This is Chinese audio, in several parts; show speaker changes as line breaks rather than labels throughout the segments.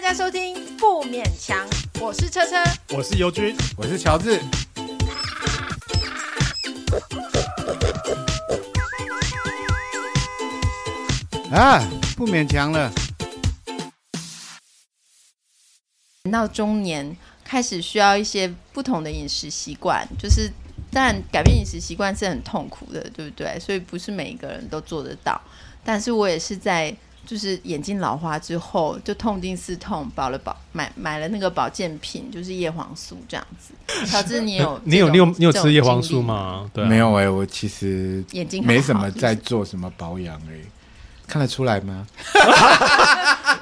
家收听《不勉强》，我是车车。
我是尤军，
我是乔治，啊，不勉强了。
人到中年，开始需要一些不同的饮食习惯，就是当然改变饮食习惯是很痛苦的，对不对？所以不是每一个人都做得到。但是我也是在就是眼睛老花之后，就痛定思痛，保了保买买了那个保健品，就是叶黄素这样子。乔治，你有
你有
这种
你有你有吃叶
这
黄？
种
素
经历
吗？对啊，
没有哎、我其实
眼睛还好
没什么在做什么保养哎、看得出来吗？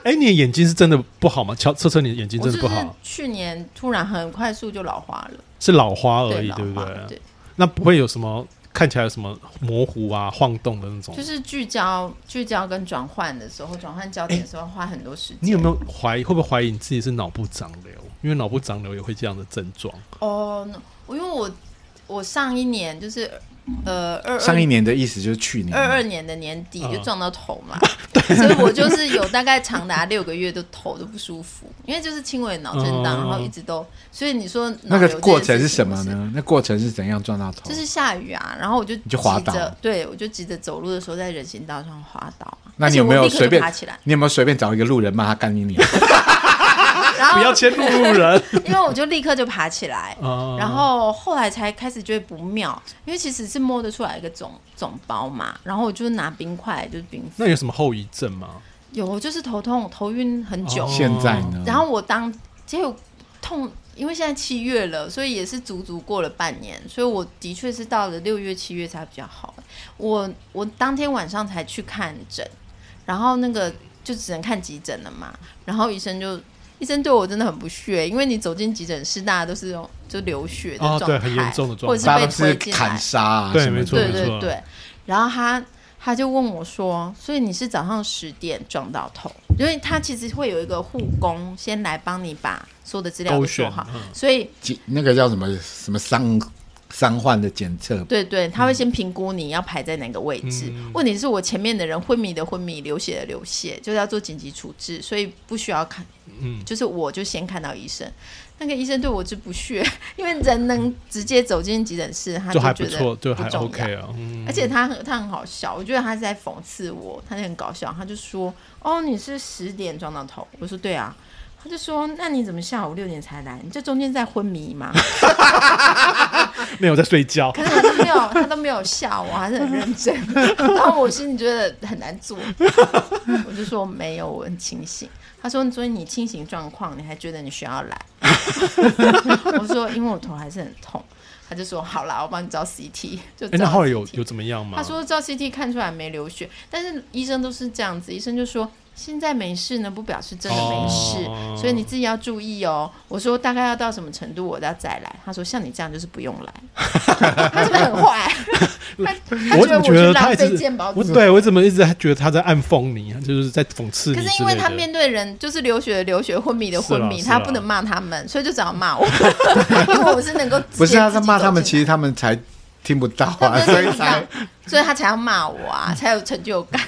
哎，你的眼睛是真的不好吗？乔车车，你的眼睛
我
真
就
的不
是
好，
去年突然很快速就老花了，
是老花而
对
已，
老
对不
花，
对？
对，
那不会有什么看起来有什么模糊啊、晃动的那种
就。是聚焦、聚焦跟转换的时候，转换焦点的时候花很多时间。
你有没有怀疑？会不会怀疑你自己是脑部长瘤？因为脑部长瘤也会这样的症状。
哦，那我因为我我上一年就是呃二
上
二
一年的意思就是去年
二二年的年底
嗯
就撞到头 嘛，所以我就是有大概长达六个月都头都不舒服，因为就是轻微脑震荡，
嗯
然后一直都，所以你说
哦那
脑瘤
个
这件
过程是
事情
什么
我是？
呢？那过程是怎样撞到头？
就是下雨啊，然后我就急
就滑倒
着，对我就急着走路的时候在人行道上滑倒啊，
那
而
你
且
有
我
没有
立刻就
随便
爬起来？
你有没有随便找一个路人骂他干你娘？
然
啊
后
不要迁怒路 人
因为我就立刻就爬起 来，
啊！
然后后来才开始觉得不妙，因为其实是摸得出来一个肿肿包嘛，然后我就拿冰块就是冰敷，
那有什么后遗症吗？
有我就是头痛头晕很久，
哦
现在呢？
嗯然后我当结果痛，因为现在七月了，所以也是足足过了半年，所以我的确是到了六月七月才比较好。我我当天晚上才去看诊，然后那个就只能看急诊了嘛，然后医生就。医生对我真的很不屑，因为你走进急诊室，大家都是用就流血的
哦
状态，
对很严重的状态
或者
大家
是
都
被
是
推进来
砍，杀啊，
对
什么
没
的
错
对
没错
对对。然后他他就问我说：“所以你是早上十点撞到头？因为他其实会有一个护工先来帮你把所有的资料
勾
都
选
做好，
嗯
所以
几那个叫什么什么伤伤患的检测，
对对，他会先评估你要排在哪个位置。
嗯
问题是我前面的人昏迷的昏迷，流血的流血，就是要做紧急处置，所以不需要看，
嗯
就是我就先看到医生。”那个医生对我之不屑， 因为人能直接走进急诊室，他
就还
觉
不
得
错，就还
不重要
OK 啊。嗯
而且他很他很好笑，我觉得他是在讽刺我，他就很搞笑，他就说：“哦，你是十点撞到头。”我说：“对啊。”他就说：“那你怎么下午六点才来？你这中间在昏迷吗？”
没有在睡觉
可，是他都没有，他都没有笑我，还是很认真。 然后我心里觉得很难做， 我就说没有，我很清醒。他说：“所以你清醒状况，你还觉得你需要来？” 我说：“因为我头还是很痛。”他就说：“好啦，我帮你照 CT。”就
哎，
照
那后来有
CT
有怎么样吗？
他说照 CT 看出来没流血，但是医生都是这样子，医生就说现在没事呢，不表示真的没事，
哦
所以你自己要注意哦。我说大概要到什么程度我要再来？他说像你这样就是不用来， 他是不是很坏？ 他他
我
觉
怎
得我
么觉
去
得他
浪
一
费
直
健保
我
资源。
对我怎么一直还觉得他在暗讽你，就是在讽刺你
可
之类的。
是因为他面对人就是流血的流血，昏迷的昏迷，
是啦是啦啊
他不能骂他们，所以就只好骂我， 因为我是能够
不是啊
直接
他
自
在
己
骂他
走
们，
进
其
来
实他们才听不到
他
啊，
们
所
所
以
以
才
才，所以他才要骂我
嗯
啊，才有成就 感。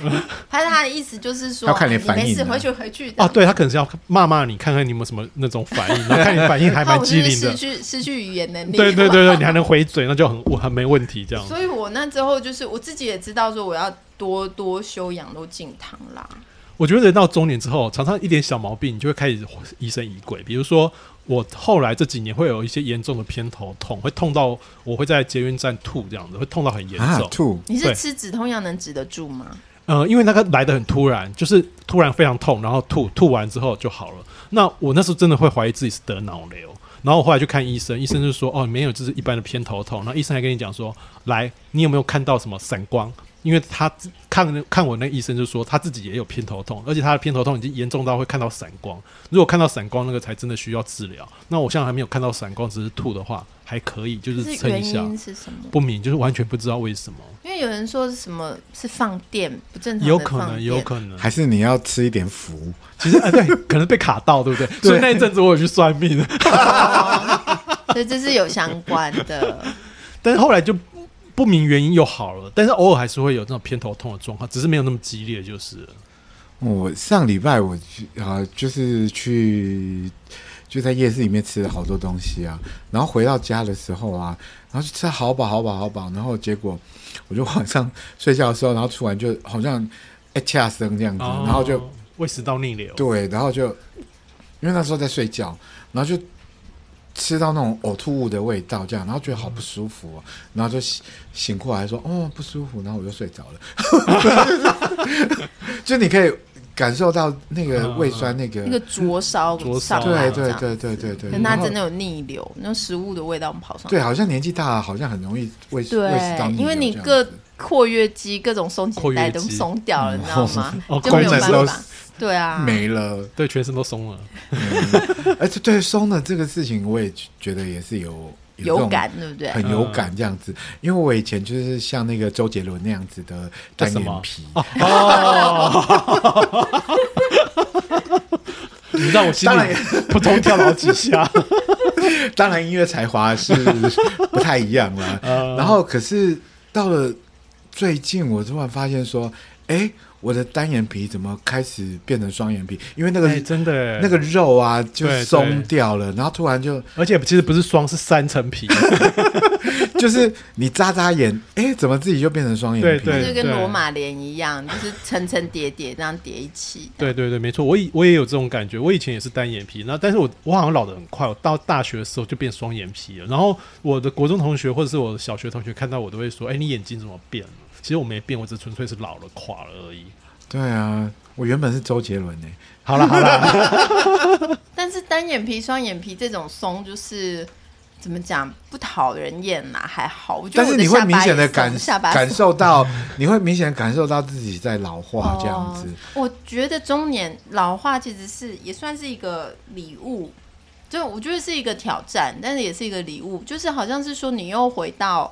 他他的意思就是说，
要看你
你
反应啊
没事，回去回去的。
啊，对他可能是要骂骂你，看看你有没有什么那种反应，然后看你反应还
怕
蛮
我是
机
不是
灵
失
的。
去失去语言能力。
对对对。对，你还能回嘴，那就很我很没问题 这样。
所以我那之后就是我自己也知道说我要多多休养，多进堂啦。
我觉得人到中年之后，常常一点小毛病，你就会开始疑神疑鬼。比如说，我后来这几年会有一些严重的偏头痛，会痛到我会在捷运站吐这样子，会痛到很严
啊
重。
吐，
你是
对
吃止痛药能止得住吗？
呃，因为那个来的很突然，就是突然非常痛，然后吐吐完之后就好了。那我那时候真的会怀疑自己是得脑瘤，然后我后来去看医生，医生就说哦没有，就是一般的偏头痛。然后医生还跟你讲说，来，你有没有看到什么散光？因为他自看看我那医生就说他自己也有偏头痛，而且他的偏头痛已经严重到会看到散光。如果看到散光，那个才真的需要治疗。那我现在还没有看到散光，只是吐的话还可以，就是
是
撑一
原
下，
因是什么？
不明就是完全不知道为什么，
因为有人说是什么是放电不正常，
有可能，有可能。
还是你要吃一点福？
其实啊，对，可能被卡到，对不对？所以那一阵子我有去算命，
能，所以这是有相关 的。
但是后来就不不明原因又好了，但是偶尔还是会有那种偏头痛的状况，只是没有那么激烈，就是了
我上礼拜我去啊、就是去就在夜市里面吃了好多东西啊，然后回到家的时候啊，然后就吃好饱好饱好饱，然后结果我就晚上睡觉的时候，然后突然就好像哎恰声这样子，然后就
哦胃食道逆流，
对，然后就因为那时候在睡觉，然后就吃到那种呕吐物的味道，这样，然后觉得好不舒服、哦，然后就醒醒过来说哦不舒服，然后我就睡着了。 就你可以感受到那个胃酸那个，
那个灼烧
灼烧
上来
对
这
对
样，
对对对对，
可嗯那
然后
真的有逆流，那食物的味道跑上来。
对，好像年纪大了，好像很容易胃胃食道逆流这样
对，
子，
因为你各括约肌各种松紧
括约
带都
肌
松掉了，你知道吗
哦？
就没有
功
能都
办法。对啊，
没了，
对，全身都松了。
而且对松的这个事情，我也觉得也是有这
有
种
感，对不对？
很有感这样子。因为我以前就是像那个周杰伦那样子的
叫
单
什么
眼皮，
你让我心
当
里
然
扑通跳了好几 下。
当然音乐才华是不太一样啦。
嗯
然后可是到了最近，我突然发现说，哎，我的单眼皮怎么开始变成双眼皮？因为那个、
哎，真的
那个，肉啊就
对对
松掉了，然后突然就
而且其实不是双，是三层皮。
就是你眨眨眼，哎，怎么自己就变成双眼皮？
对
就跟
对
罗马帘一样，就是层层叠叠这样叠一起。
对对对，没错，我以我也有这种感觉。我以前也是单眼皮，那但是我我好像老得很快，我到大学的时候就变双眼皮了。然后我的国中同学或者是我的小学同学看到我都会说：“哎，你眼睛怎么变了？”其实我没变，我只纯粹是老了垮了而已。
对啊，我原本是周杰伦呢、
好了好了，
但是单眼皮、双眼皮这种松，就是怎么讲不讨人厌啦，还好。我觉
但
得
是
我的
你会
下巴
明显
也
的
松
感
下巴
感
松嗯
受到， 你会明显地感受到自己在老化这样子。
哦。我觉得中年老化其实是也算是一个礼物，就我觉得是一个挑战，但是也是一个礼物，就是好像是说你又回到，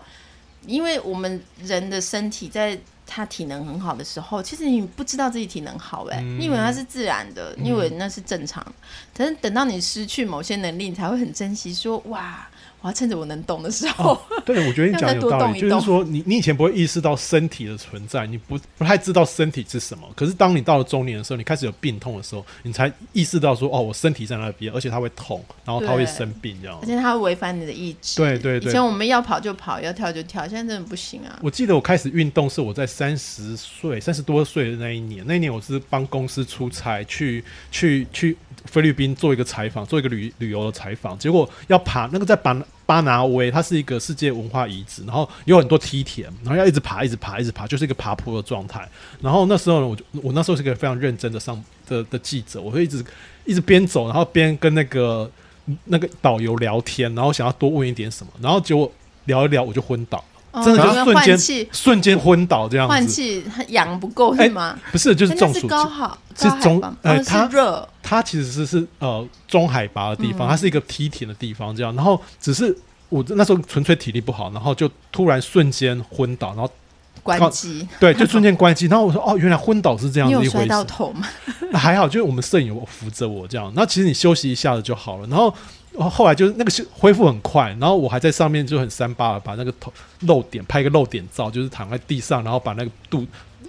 因为我们人的身体在。他体能很好的时候，其实你不知道自己体能好哎、
嗯
你以为它是自然的，你以为那是正常。可是等到你失去某些能力，你才会很珍惜说哇，我要趁着我能动的时
哦
候。
对，我觉得你
要
讲
再
得有
多
道
动
理，
一
就是
动
说你你以前不会意识到身体的存在，你不不太知道身体是什么。可是当你到了中年的时候，你开始有病痛的时候，你才意识到说：“哦，我身体在那边，而且它会痛，然后它会
对
生病这样
而。”且它会违反你的意志。
对对对
以前我们要跑就跑，要跳就跳，现在真的不行啊。
我记得我开始运动是我在三十岁、三十多岁的那一年，那一年我是帮公司出差去去去菲律宾做一个采访，做一个旅旅游的采访，结果要爬那个在巴巴拿威，它是一个世界文化遗址，然后有很多梯田，然后要一直爬、一直爬、一直爬，就是一个爬坡的状态。然后那时候呢，我就我那时候是个非常认真的上的的记者，我会一直一直边走，然后边跟那个那个导游聊天，然后想要多问一点什么，然后结果聊一聊我就昏倒了。
哦
真的就
你
是
们
瞬
换
间
气
瞬间昏倒这样
换
子，
气氧不够
哎
是吗？
不是就是
哎
中
那
暑
是。高好
是
高海
中
拔
呃
哦
它
是热，
它其实是是呃中海拔的地方，
嗯
它是一个梯田的地方这样。然后只是我那时候纯粹体力不好，然后就突然瞬间昏倒，然后
关机。
对，就瞬间关机。然后我说哦，原来昏倒是这样
你
子
有
一
摔
回
到
事。
头吗？
还好，就是我们摄影有扶着我这样。那其实你休息一下子就好了。然后哦后来就是那个是恢复很快，然后我还在上面就很三八了，把那个头露点拍一个露点照，就是躺在地上，然后把那个肚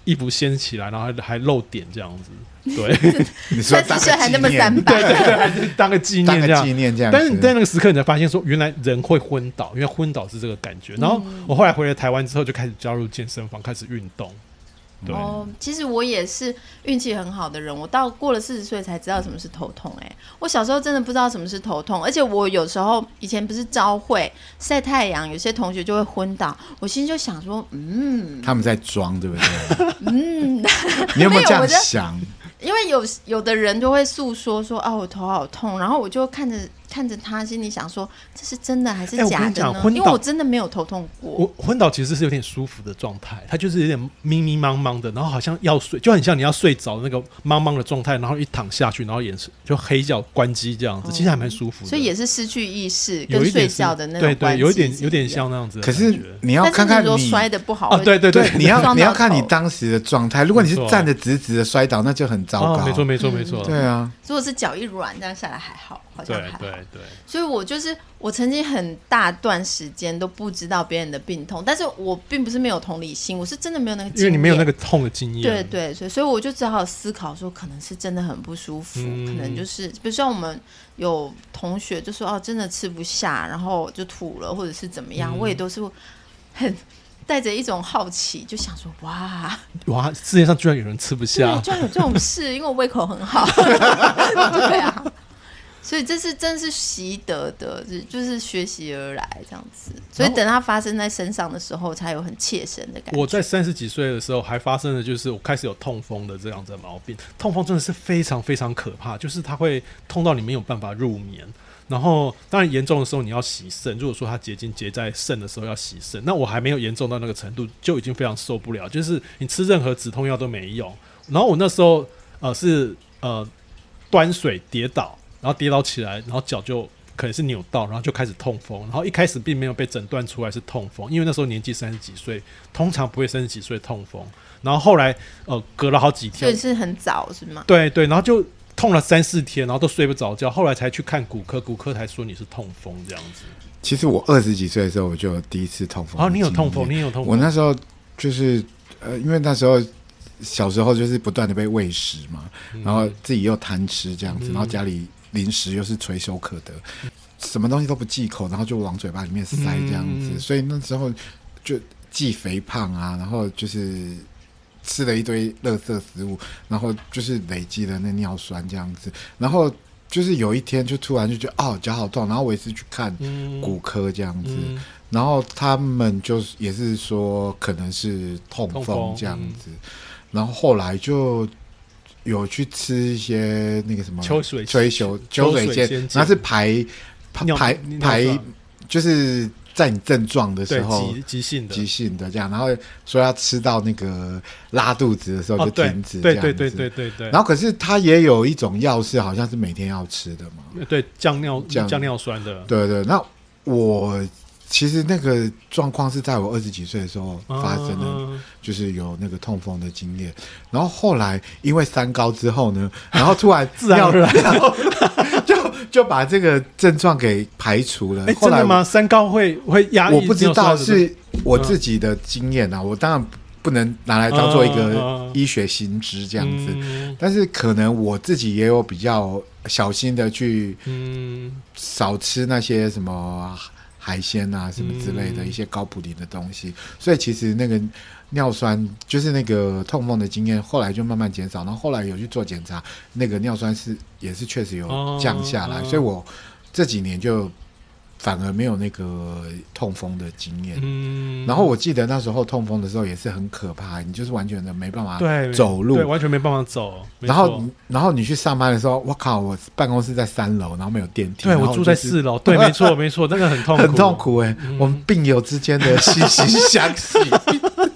衣服掀起来，然后还还露点这样子。对 对
你说
三
当
十
个
岁还那么
纪念
三八，
对对，还是当个纪
当
念这
个纪
样。
念这样子。
但是你在那个时刻，你才发现说，原来人会昏倒，因为昏倒是这个感觉。然后我后来回来台湾之后，就开始加入健身房，开始运动。对，
哦，其实我也是运气很好的人，我到过了四十岁才知道什么是头痛、哎，我小时候真的不知道什么是头痛，而且我有时候以前不是朝会晒太阳，有些同学就会昏倒，我心里就想说，嗯
他们在装，对不对？
嗯，
你有没有
没有我
这
在
样想？
因为有有的人就会诉说说啊，我头好痛，然后我就看着看着他，心里想说这是真的还是
哎我跟
假
你
的
讲
呢？
昏
因为
倒
我真的没有头痛过
我。昏倒其实是有点舒服的状态，它就是有点迷迷茫茫的，然后好像要睡，就很像你要睡着那个茫茫的状态，然后一躺下去，然后眼神就黑脚关机这样子，其实还蛮舒服的。
嗯所以也是失去意识，
有
跟
一
睡
点是
觉的那
对
种关
对，
系
有一点
是
有点
一样。
像那样子的
可
感觉。
是你要
但是
看看
如果
你
摔的不好
啊，
会
对对
对，你要
撞
你要
到
看你
头
当时的状态。如果你是
没错
站得直直的摔倒，那就很糟
啊，
糕。
没错没错没错，
对啊，
如果是脚一软这样下来还好，好像
对
还好。
对对对，
所以我就是我曾经很大段时间都不知道别人的病痛，但是我并不是没有同理心，我是真的没有那个经验，
因为你没有那个痛的经验，
对对，所以所以我就只好思考说，可能是真的很不舒服，
嗯
可能就是比如像我们有同学就说哦，真的吃不下，然后就吐了，或者是怎么样，
嗯
我也都是很带着一种好奇，就想说哇，
哇，世界上居然有人吃不
对，
下，
居然有这种事，因为我胃口很 好，对啊。所以这是真是习得的，就就是学习而来这样子。所以等它发生在身上的时候，才有很切身的感觉。
我在三十几岁的时候，还发生了就是我开始有痛风的这样子的毛病。痛风真的是非常非常可怕，就是它会痛到你没有办法入眠。然后，当然严重的时候你要洗肾。如果说它结晶结在肾的时候要洗肾，那我还没有严重到那个程度，就已经非常受不了。就是你吃任何止痛药都没用。然后我那时候呃是呃端水跌倒，然后跌倒起来，然后脚就可能是扭到，然后就开始痛风。然后一开始并没有被诊断出来是痛风，因为那时候年纪三十几岁，通常不会三十几岁痛风。然后后来呃隔了好几
所以
天，
是很早是吗？
对对，然后就痛了三四天，然后都睡不着觉。后来才去看骨科，骨科才说你是痛风这样子。
其实我二十几岁的时候，我就有第一次痛风。
哦，你有痛风，你也有痛
我
风。
那时候就是呃，因为那时候小时候就是不断的被喂食嘛，然后自己又贪吃这样子，
嗯
然后家里零食又是垂手可得，什么东西都不忌口，然后就往嘴巴里面塞这样子，
嗯
所以那时候就既肥胖啊，然后就是。吃了一堆垃圾食物，然后就是累积了那尿酸这样子，然后就是有一天就突然就觉得哦脚好痛，然后我也是去看
嗯
骨科这样子，
嗯
然后他们就是也是说可能是痛风这样子，
嗯
然后后来就有去吃一些那个什么
秋水
吹球
秋
秋
水
水
仙
仙，
剑
然后是排排
尿
排
尿
排
酸，
就是在你症状的时
对
候
急急性的
急性的这样，然后说要吃到那个拉肚子的时候
哦，
就
对
停止这
对
样子，
对对对对对。
然后可是它也有一种药是好像是每天要吃的嘛，
对降尿
降
降尿酸的，
对对，那我其实那个状况是在我二十几岁的时候发生的，
嗯
就是有那个痛风的经验。然后后来因为三高之后 呢，然后突然
自然
要
而然
然后 就就把这个症状给排除了。
哎、
嗯后
真
来
的吗？三高会会压抑
我？我不知
尿酸
道
的东西
是我自己的经验啊，我当然不能拿来当做一
嗯嗯嗯
个
嗯
医学新知这样子。
嗯
但是可能我自己也有比较小心的去
嗯
少吃那些什么海鲜啊、什么之类的
嗯
一些高嘌呤的东西，所以其实那个尿酸就是那个痛风的经验，后来就慢慢减少，然后后来有去做检查，那个尿酸是也是确实有降下来，
哦
所以我这几年就反而没有那个痛风的经验。
嗯
然后我记得那时候痛风的时候也是很可怕，你就是完全的没办法
对
啊走路
对，，完全没办法走。没
然后
错
你然后你去上班的时候，我靠，我办公室在三楼，然后没有电梯，
对
然后
我住在
就是
四楼，对，没错没错，那个很痛苦，
很痛。苦哎、
嗯
我们病友之间的惺惺相 惜。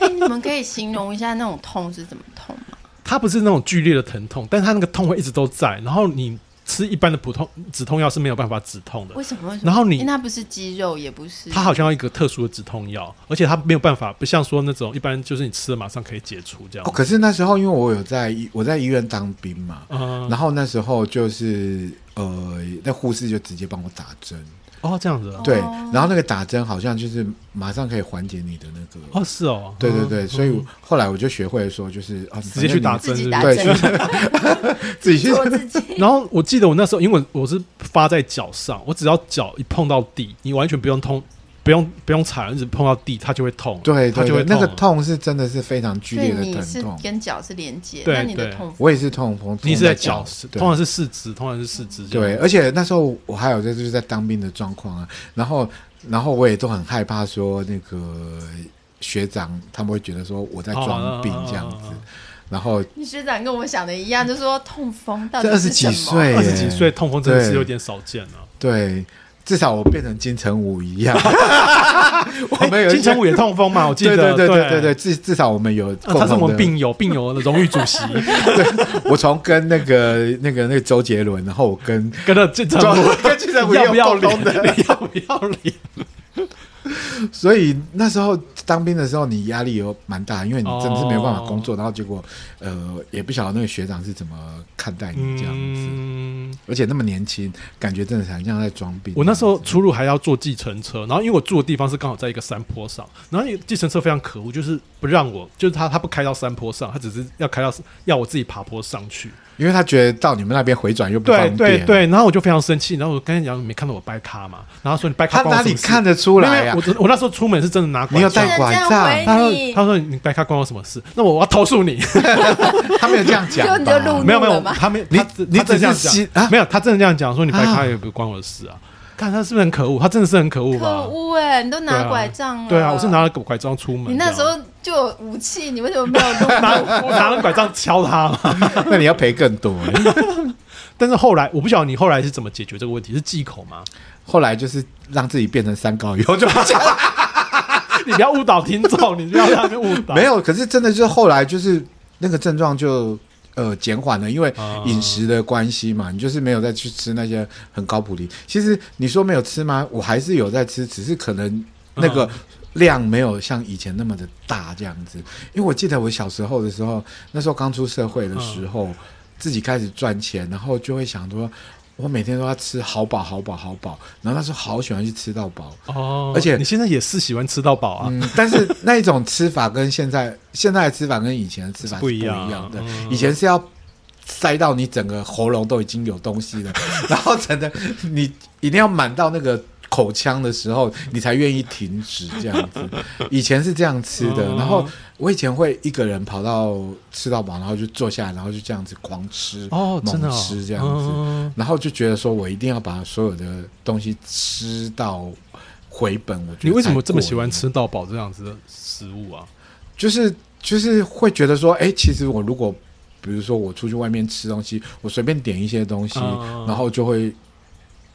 哎你们可以形容一下那种痛是怎么痛吗？
它不是那种剧烈的疼痛，但它那个痛会一直都在。然后你吃一般的普通止痛药是没有办法止痛的，
为什么？为什么
然后你
因为它不是肌肉，也不是
它好像要一个特殊的止痛药，而且它没有办法，不像说那种一般就是你吃了马上可以解除这样
哦，。可是那时候因为我有在医我在医院当兵嘛，
嗯，
然后那时候就是呃，那护士就直接帮我打针，
哦这样子啊，
对，然后那个打针好像就是马上可以缓解你的那个，
哦是哦，
对对
嗯
对，所以我后来我就学会说就是啊，
直接去打
反
针
自己
是不
打
正
是，
针
你，对，去自己 去，
做自己。
然后我记得我那时候，因为我我是发在脚上，我只要脚一碰到地，你完全不用痛，不用不用踩，你只碰到地它就会痛，
对
它
对
就会
对，
痛
那个
了。
痛是真的是非常 剧
所以
烈的
你
疼
是
痛。
跟脚是连接，
对
那你的
对
痛
我也是痛风，
你是
痛
在
在
脚，
对
通常是四肢，通常是四肢这
对，
样。
而且那时候我还有在就是在当兵的状况啊，然后然后我也都很害怕说那个学长他们会觉得说我在装病这样子，
哦哦哦哦
然后
你学长跟我想的一样，就说痛风到底
这二十
是什
几
么？
岁，
二十几岁，痛风真的是
对
有点少见啊了、
对，至少我变成金城武一 样，我
哎
们有一
金城
些
武也痛 风嘛，我记
对
得。
对对
对
对对，至至少我们有
啊
共
他是我
同
们
的。
病友病友的荣誉主 席，
我从跟那个那个那个周杰伦，然后我跟
跟着金城
周
武
跟金城武
要不要
有共
脸
同的，
要不要脸？
所以那时候当兵的时候，你压力有蛮大，因为你真的是没有办法工作，然后结果呃也不晓得那个学长是怎么看待你这样子，
嗯，
而且那么年轻，感觉真的很像在装病。
我那时候出入还要坐计程车，然后因为我住的地方是刚好在一个山坡上，然后计程车非常可恶，就是不让我，就是他他不开到山坡上，他只是要开到要我自己爬坡上去。
因为他觉得到你们那边回转又不
对
方便，
对对，然后我就非常生气，然后我刚才讲你没看到我掰咖嘛，然后他说你掰咖
他
关我
哪
什
里
么事
看得出来啊
没有
呀、
我真我那时候出门是真的拿拐
你有
杖
带
不
拐
能这
杖
他
样
说
回：“你
他说你掰咖关我什么事？那我我要投诉你。
他没有这样 讲吧，
就你就录
没有没有，
了吗
他没
你
他只
你
他真
只
的这样
是心
讲，
啊
没有他真的这样讲，说你掰咖也不关我的事啊。看他是不是很可恶？他真的是很可恶吧
可？恶哎，你都
对
拿
啊
拐杖了，
对啊，我是拿了拐杖出门。
你那
这
时
样
候就有武器，你为什么没有录？
拿我拿了拐杖敲他嘛。
那你要赔更多、
但是后来我不晓得你后来是怎么解决这个问题，是忌口 吗？
后来就是让自己变成三高以后就不讲了
你不要误导听众，你不要让他们误导。
没有，可是真的就是后来就是那个症状就呃减缓了，因为
啊
饮食的关系嘛，你就是没有再去吃那些很高普林。其实你说没有吃吗？我还是有在吃，只是可能那个。量没有像以前那么的大这样子，因为我记得我小时候的时候，那时候刚出社会的时候，自己开始赚钱，然后就会想说，我每天都要吃好饱好饱好饱，然后那时候好喜欢去吃到饱，
哦，
而且
你现在也是喜欢吃到饱啊。
嗯，但是那一种吃法跟现在 现在的吃法跟以前的吃法是
不
不
一
一
样
样的，
嗯
以前是要塞到你整个喉咙都已经有东西了， 然后真的你一定要满到那个。口腔的时候，你才愿意停止这样 子。以前是这样吃的，
嗯
然后我以前会一个人跑到吃到饱，然后就坐下来，然后就这样子狂吃，
哦，真的
猛
哦
吃这样子。
嗯
然后就觉得说我一定要把所有的东西吃到回本。我觉得
你为什么
才
这
过
么喜欢
瘾？
吃到饱这样子的食物啊？
就是就是会觉得说，哎、其实我如果比如说我出去外面吃东西，我随便点一些东西，
嗯
然后就会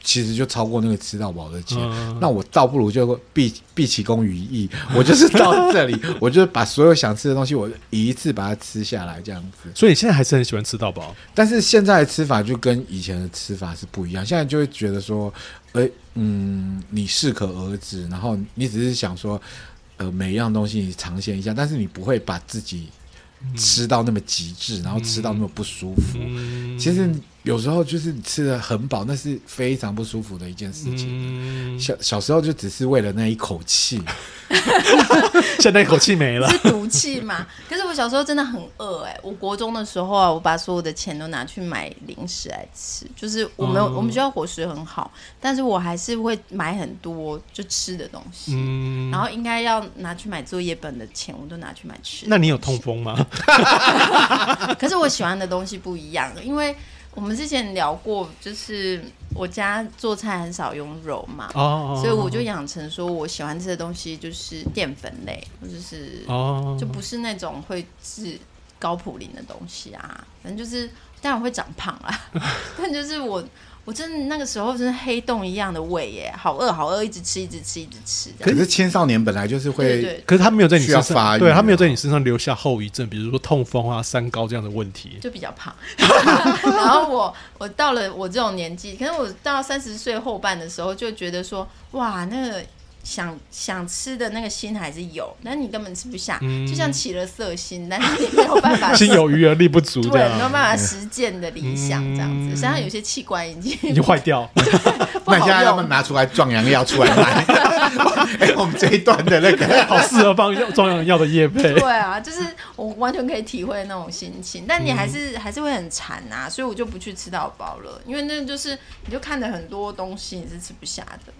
其实就超过那个吃到饱的钱。
嗯
那我倒不如就毕毕其功于一役，我就是到这 里，我就是把所有想吃的东西，我一次把它吃下来这样子。
所以你现在还是很喜欢吃到饱，
但是现在的吃法就跟以前的吃法是不一样，现在就会觉得说，呃，嗯，你适可而止，然后你只是想说，呃，每一样东西你尝鲜一下，但是你不会把自己吃到那么极致，然后吃到那么不舒服。
嗯，
其实有时候就是你吃的很饱，那是非常不舒服的一件事情。
嗯，
小小时候就只是为了那一口气，
现在一口气没了。
是毒气嘛？可是我小时候真的很饿哎、我国中的时候啊，我把所有的钱都拿去买零食来吃，就是我们、
哦
我们学校伙食很好，但是我还是会买很多就吃的东西。
嗯，
然后应该要拿去买作业本的钱，我都拿去买吃的。
那你有痛风吗？
可是我喜欢的东西不一样，因为我们之前聊过，就是我家做菜很少用肉嘛，
哦，
所以我就养成说我喜欢吃的东西就是淀粉类，或者是
哦，
就不是那种会治高普林的东西啊，反正就是当然会长胖 啦，但就是我我真的那个时候真的黑洞一样的胃耶，好饿好饿，一直吃一直吃一直吃这
可
样。
是青少年本来就是
对
会
对，
可是他没有在你身
需要发
上，
育
对他
啊
没有在你身上留下后遗症，比如说痛风啊、三高这样的问题。
就比较 胖， 然后我我到了我这种年纪，可能我到三十岁后半的时候，就觉得说，哇，那个想想吃的那个心还是有，但你根本吃不下，
嗯
就像起了色心，但是你没有办法
心有余而力不足，这
对，没有
样
办法实践的理想这样子。
嗯
实际上有些器官已 经
已经坏掉。
不
那你
好
现在要不要
用，
拿出来壮阳药出来卖？ 哎、我们这一段的那个
好适合放壮阳药的叶配。
对啊，就是我完全可以体会那种心情，但你还
嗯
是、还是会很馋啊，所以我就不去吃到饱了，因为那就是你就看着很多东西你是吃不下的，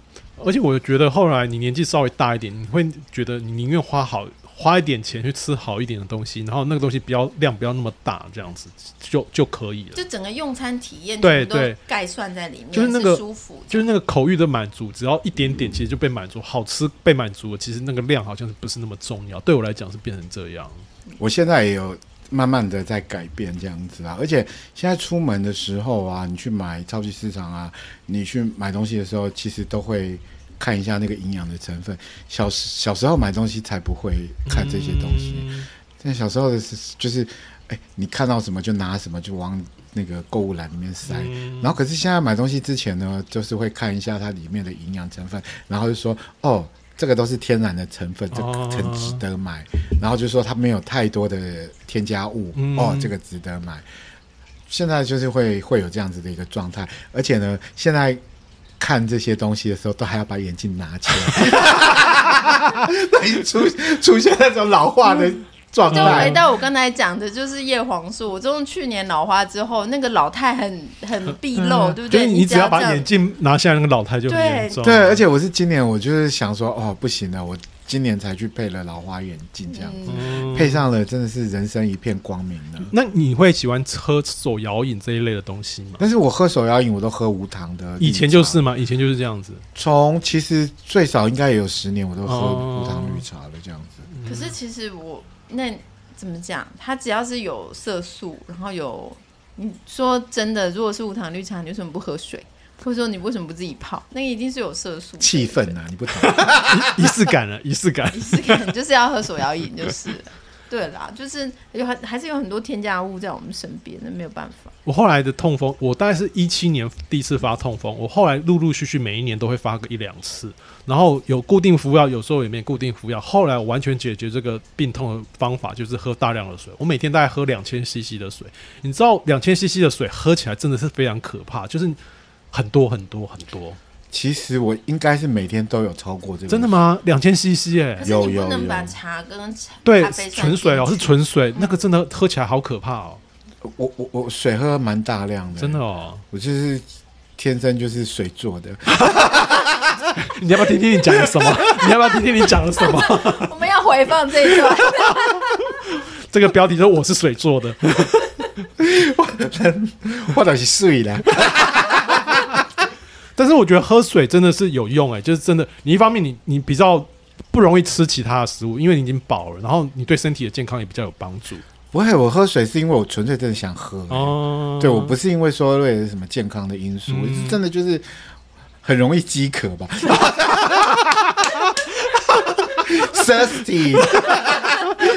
而且我觉得后来你年纪稍微大一点，你会觉得你宁愿花好花一点钱去吃好一点的东西，然后那个东西不要量不要那么大，这样子就就可以了。
就整个用餐体验
对
全部
对
都概算在里面，
就是那个
舒服的，
就是那个口欲的满足，只要一点点，其实就被满足。好吃被满足了，其实那个量好像是不是那么重要。对我来讲是变成这样。
我现在也有慢慢的在改变这样子啊，而且现在出门的时候啊，你去买超级市场啊，你去买东西的时候，其实都会看一下那个营养的成分。小时小时候买东西才不会看这些东西，
嗯
但小时候的是就是，哎，你看到什么就拿什么，就往那个购物篮里面塞。
嗯
然后可是现在买东西之前呢，就是会看一下它里面的营养成分，然后就说哦，这个都是天然的成分，这
哦
很值得买。然后就说它没有太多的添加物，
嗯
哦，这个值得买。现在就是会会有这样子的一个状态，而且呢，现在看这些东西的时候，都还要把眼镜拿起来， 那已经出出现那种老化的状
就回
态。
到我刚才讲的，就是叶黄素。我自从去年老花之后，那个老态很 很毕露，对不
嗯就是
对？
你只要把
这样
眼镜拿下来，那个老态就很严重。
对，而且我是今年，我就是想说，哦，不行了，我今年才去配了老花眼镜，这样子、
嗯
配上了，真的是人生一片光明了。
那你会喜欢喝手摇饮这一类的东西吗？
但是我喝手摇饮，我都喝无糖的。
以前就是，嘛，以前就是这 样子。
从其实最少应该也有十年，我都喝
哦
无糖绿茶了，这样子。
可
嗯
是其实我那怎么讲？它只要是有色素，然后有你说真的，如果是无糖绿茶，你为什么不喝水？或者说你为什么不自己泡？那个一定是有色素的
气氛啊，你不懂。
仪式感了，仪式感。
仪式感就是要喝手摇饮，就是了对啦，就是有很还是有很多添加物在我们身边，那没有办法。
我后来的痛风，我大概是一七年第一次发痛风，我后来陆陆续续每一年都会发个一两次，然后有固定服药，有时候也没固定服药。后来我完全解决这个病痛的方法就是喝大量的水，我每天大概喝两千 CC 的水。你知道两千 CC 的水喝起来真的是非常可怕，就是很多很多很多。
其实我应该是每天都有超过这个，
真的？吗？两千 CC 哎、
可是你
有
不能
有
把
有
茶跟茶
对
咖，啡算
纯水哦，
进
是
去
纯水，那个真的喝起来好可怕哦，
我我我水喝蛮大量的，
真的。哦。
我就是天生就是水做的，
你要不要听听你讲了什么？ 你要不要听听你讲了什么？
我们要回放这一段，
这个标题说我是水做的，
或者是水啦。
但是我觉得喝水真的是有用哎、就是真的，你一方面你你比较不容易吃其他的食物，因为你已经饱了，然后你对身体的健康也比较有帮助
不会，我喝水是因为我纯粹真的想喝。
哦。嗯
对我不是因为说为了什么健康的因素，我是真的就是很容易饥渴 吧，thirsty，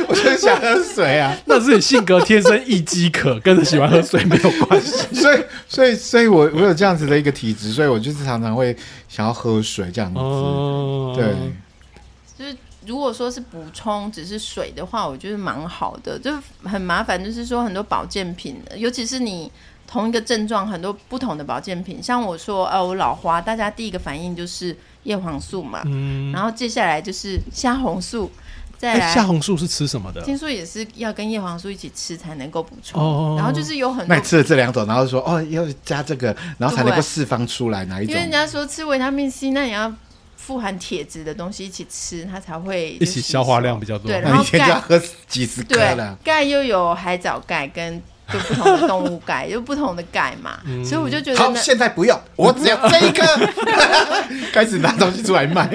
我就是想喝水啊，
那是你性格天生易饥渴，跟喜欢喝水没有关系。
所以所以所以我我有这样子的一个体质，所以我就是常常会想要喝水这样子，
哦，
对。
就是如果说是补充只是水的话，我觉得蛮好的，就是很麻烦，就是说很多保健品，尤其是你同一个症状很多不同的保健品，像我说呃我老花，大家第一个反应就是叶黄素嘛，
嗯，
然后接下来就是虾红素，再
哎、
来。
夏红素是吃什么的？
听说也是要跟叶黄素一起吃才能够补充，
哦
然后就是有很
那
多
你吃了这两种，然后说哦要加这个，然后才能够
对
释放出来哪一
因
种
为？人家说吃维他命 C，那你要富含铁质的东西一起吃，它才会
一起消化量比较多
对，然
那
后
一天就要
钙
喝几十颗
对
了。
钙又有海藻钙跟就不同的动物 钙，就不同的钙嘛，
嗯
所以我就觉得
好，
呢，
现在不用，我只要这 一颗，开始拿东西出来卖。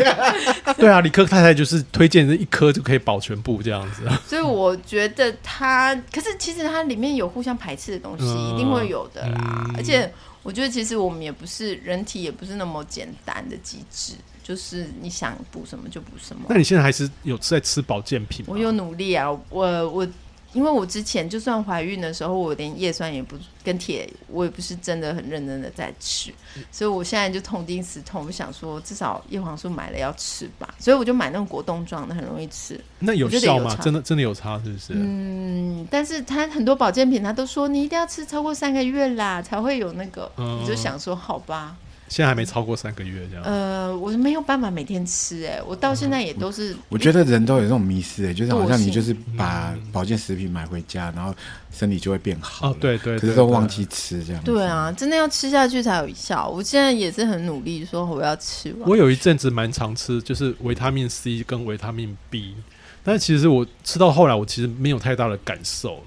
对啊，理科太太就是推荐这一颗就可以保全部这样子。
所以我觉得它，可是其实它里面有互相排斥的东西，
嗯
一定会有的啦。
嗯
而且我觉得其实我们也不是人体，也不是那么简单的机制，就是你想补什么就补什么。
那你现在还是有在吃保健品吗？
我有努力啊，我我因为我之前就算怀孕的时候，我连叶酸也不跟铁，我也不是真的很认真的在吃，所以我现在就痛定思痛，我想说至少叶黄素买了要吃吧，所以我就买那种果冻状的，很容易吃。
那有
我觉得
效
有
吗？
差
真的真的有差是不是？
嗯，但是它很多保健品，它都说你一定要吃超过三个月啦，才会有那个。
嗯
我就想说，好吧，
现在还没超过三个月这样。
呃，我没有办法每天吃、哎，我到现在也都是，
我觉得人都有这种迷失、欸，就是好
惰
像
性嗯
你就是把保健食品买回家，然后身体就会变好了
哦对对
可是
对
都
对
忘记吃这样。
对，啊，真的要吃下去才有效。我现在也是很努力说我要吃完。
我有一阵子蛮常吃，就是维他命 C 跟维他命 B，但其实我吃到后来，我其实没有太大的感受。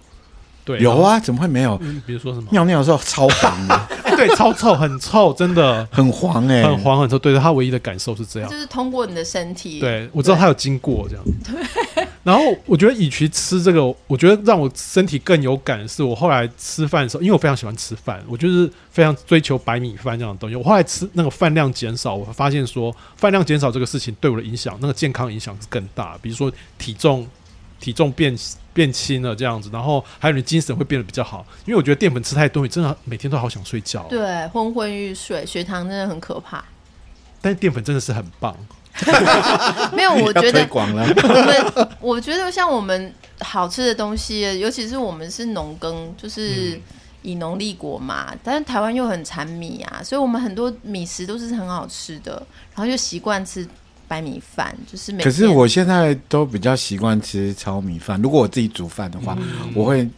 对，
有，啊，怎么会没有？
嗯，比如说什么，
尿尿的时候超黄的，
哎对，超臭，很臭，真的
很黄 哎、
很。黄很臭。对，它唯一的感受是这样
就。是通过你的身体，
对，我知道它有经过这样。对。然后我觉得，以及吃这个，我觉得让我身体更有感的是，我后来吃饭的时候，因为我非常喜欢吃饭，我就是非常追求白米饭这样的东西。我后来吃那个饭量减少，我发现说饭量减少这个事情对我的影响，那个健康影响是更大，比如说体重。体重变变轻了这样子，然后还有你精神会变得比较好，因为我觉得淀粉吃太多，你真的每天都好想睡觉哦。
对，昏昏欲睡，血糖真的很可怕。
但是淀粉真的是很棒，
没有，我
要
觉
推
得
广了，
我们， 我觉得像我们好吃的东西，尤其是我们是农耕，
嗯
就是以农立国嘛，但是台湾又很产米啊，所以我们很多米食都是很好吃的，然后就习惯吃白米饭，就是每
可是
天
我现在都比较习惯吃糙米饭。如果我自己煮饭的话，
嗯
我会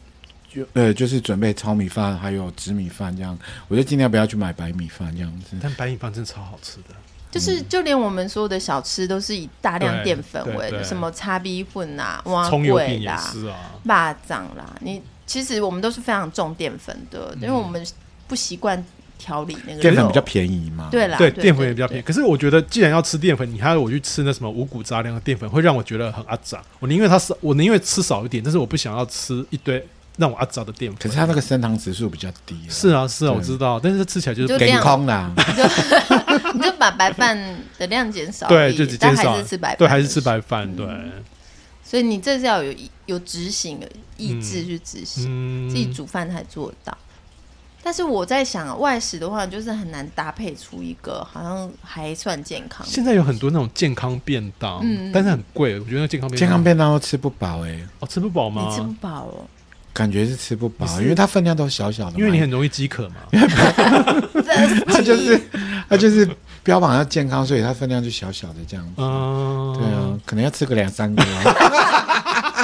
就呃就是准备糙米饭，还有紫米饭这样，我就尽量不要去买白米饭这样
嗯
子。
但白米饭真的超好吃的。
就是就连我们所有的小吃都是以大量
对
淀粉
对
为
对
的，什么叉逼混啊、蛙
葱油饼
桂
也
啦、
是啊，
蚂蚱啦，你其实我们都是非常重淀粉的，
嗯
因为我们不习惯调理那个
淀粉
肉
比较便宜嘛，
对 啦，
对，淀粉也比较便宜。
宜。
可是我觉得，既然要吃淀粉，你还要我去吃那什么五谷杂粮的淀粉，会让我觉得很阿杂。我宁愿它少，我宁愿吃少一点，但是我不想要吃一堆让我阿杂的淀粉。
可是它那个升糖指数比较低啊，
是啊，是啊，
对
我知道，但是吃起来就
就是这
健
样
康啦。
你就把白饭的量减少而
对，
已，
就只
但
减
还
少
是吃白饭，
对，还是吃。白饭，对，
所以你这是要有意有执行的意志去执行，
嗯，
自己煮饭才做得到。但是我在想啊，外食的话就是很难搭配出一个好像还算健康的。
现在有很多那种健康便当，
嗯嗯
但是很贵，我觉得那健康便
健康便当都吃不饱哎、
哦吃不饱
你吃不
吗？
饱哦，
感觉是吃不饱
不，是
因为它分量都小小的嘛，
因为你很容易饥渴 嘛。
它就是它就是标榜要健康，所以它分量就小小的这样子。
嗯，
对啊，可能要吃个两三个、 啊，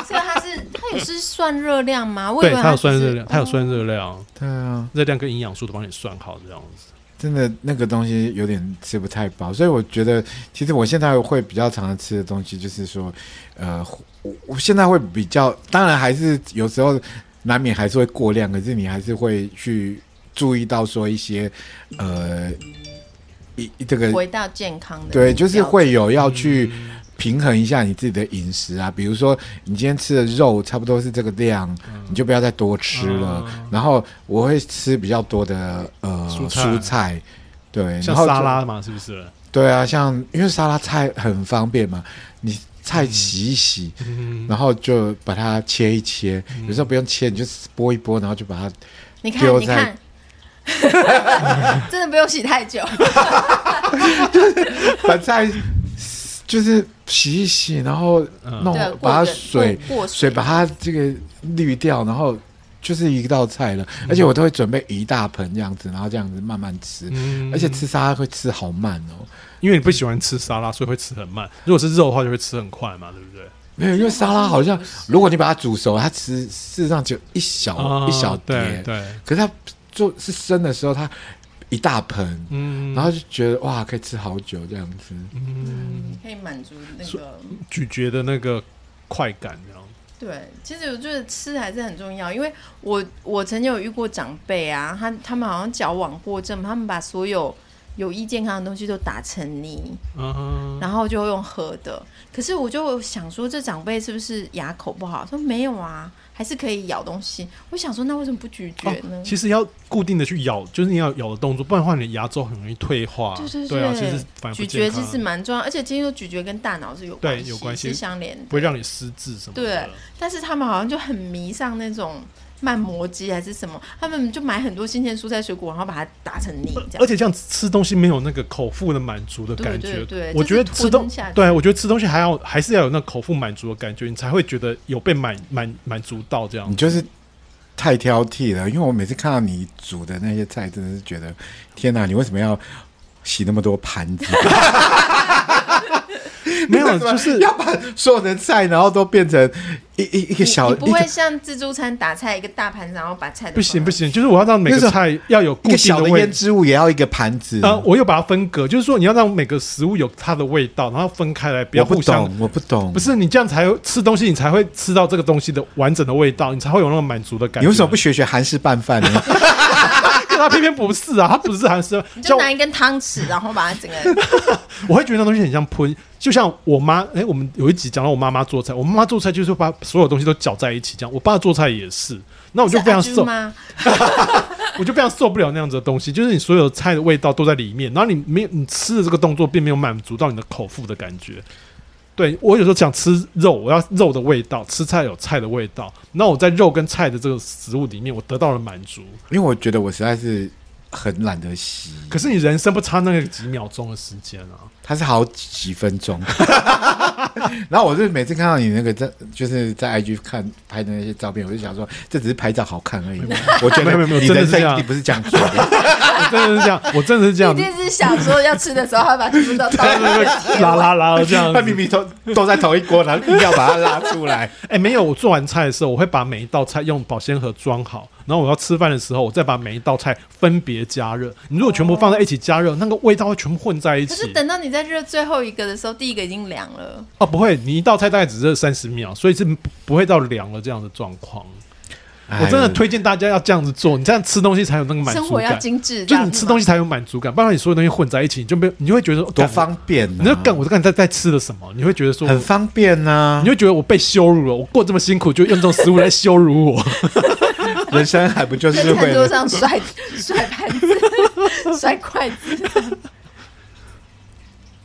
所以它是它也是算热量吗？我以
对，
为
它有
只
算
是
热量，它有
哦
算热量，
对啊，
热量跟营养素都帮你算好这样子。
真的那个东西有点吃不太饱，所以我觉得其实我现在会比较常吃的东西就是说，呃，我我现在会比较，当然还是有时候难免还是会过量，可是你还是会去注意到说一些，呃，一一这个
回到健康的
呃对，就是
标准
会有要去
嗯
平衡一下你自己的饮食啊。比如说，你今天吃的肉差不多是这个量，你就不要再多吃了。
嗯
然后我会吃比较多的呃
蔬
蔬
菜
菜对，
像
然后就
沙拉嘛，是不是？
对啊，像因为沙拉菜很方便嘛，你菜洗一洗，
嗯，
然后就把它切一切，有时候不用切，你就剥一剥，然后就把它
你看，
丢
你
在
看， 真的不用洗太久。
把菜就是洗一洗，然后
嗯
弄、
对过
把它
热
水
过过
水
水
把它这个滤掉，然后就是一道菜了。而且我都会准备一大盆这样子，然后这样子慢慢吃。
嗯
而且吃沙拉会吃好慢哦，
因为你不喜欢吃沙拉，所以会吃很慢。如果是肉的话，就会吃很快嘛，对不对？
没有，因为沙拉好像如果你把它煮熟，它吃事实上只有一小、
啊
一小
对
碟，
对，
可是它做是生的时候，它一大盆。
嗯，
然后就觉得哇，可以吃好久这样子，
嗯，可以满足那个
咀嚼的那个快感，这样。
对。其实我觉得吃还是很重要，因为我我曾经有遇过长辈啊，他他们好像矫枉过正，他们把所有有益健康的东西都打成泥，
嗯，
然后就用喝的。可是我就想说，这长辈是不是牙口不好？说没有啊，还是可以咬东西。我想说，那为什么不咀嚼呢？
哦
其实要固定的去咬，就是你要咬的动作，不然的话你的牙周很容易退化。
对对
啊，其
对
实反而不
咀
健
嚼
康
其实蛮重要，而且听说咀嚼跟大脑是有
对
系，
有关系
是相连的。
不会让你失智什么的。
对，但是他们好像就很迷上那种慢磨机还是什么，他们就买很多新鲜蔬菜水果，然后把它打成泥这
而
样。
且这样吃东西没有那个口腹的满足的感觉，
对对对
我觉得
就是
吃东
吞下去
对我觉得吃东西还要还是要有那口腹满足的感觉，你才会觉得有被满满满足到这样
你。就是太挑剔了。因为我每次看到你煮的那些菜，真的是觉得天哪，你为什么要洗那么多盘子？
没有，就是
要把所有的菜，然后都变成一一一
你
个小
你不
一
会
个
像自助餐打菜一个大盘子，然后把菜都
不行
放
不行，就是我要让每
那
个
种
菜要有
一
固
个
定
小的
位
腌
置。
制物也要一个盘子。
啊，我又把它分隔，就是说你要让每个食物有它的味道，然后分开来，不
我
要
不
互相。
懂，我不懂，
不是你这样才会吃东西，你才会吃到这个东西的完整的味道，你才会有那种满足的感觉。
你为 什么不学学韩式拌饭呢？
可他偏偏不是啊，他不是韩式。
你
像
就
我
拿一根汤匙，然后把它整 个
我会觉得那东西很像喷，就像我妈，哎、我们有一集讲到我妈妈做菜，我妈妈做菜就是把所有东西都搅在一起，这样。我爸做菜也是，那我就非常
是阿朱
受，
吗？
我就非常受不了那样子的东西，就是你所有的菜的味道都在里面，然后你没有你吃的这个动作并没有满足到你的口腹的感觉。对我有时候想吃肉，我要肉的味道，吃菜有菜的味道，那我在肉跟菜的这个食物里面，我得到了满足。
因为我觉得我实在是很懒得洗，
可是你人生不差那个几秒钟的时间啊，
它是好几分钟。 然后我就每次看到你那个在就是在 IG 看拍的那些照片，我就想说，这只是拍照好看而已。我觉
没
得
有没有没有
你
真的
人
是
生
这样
一定不是这样做 的。
我真的是这样，我真的是这
一
样，
定是想说要吃的时候，他把全部都倒进去。
拉拉拉这样
他
子。
明明都都在同一锅，然后硬要把它拉出来。
哎、没有，我做完菜的时候，我会把每一道菜用保鲜盒装好，然后我要吃饭的时候，我再把每一道菜分别加热。你如果全部放在一起加热，那个味道会全部混在一
可
起
是。等到你在热最后一个的时候，第一个已经凉了。
哦，不会，你一道菜大概只热三十秒，所以是不不会到凉了这样的状况。
哎
我真的推荐大家要这样子做，你这样吃东西才有那个满
生
足
活要
感。
精致，
就你吃东
西
西才有满足感，不然你所有东西混在一起，你就没有，你就会觉得
多，
干
方便、啊，
你就干我干你在在吃的什么？你会觉得说，
很方便啊呐、
你会觉得我被羞辱了，我过这么辛苦就用这种食物来羞辱我。
人生还不就是
在
为
餐桌
了
上摔摔盘子、摔筷 子。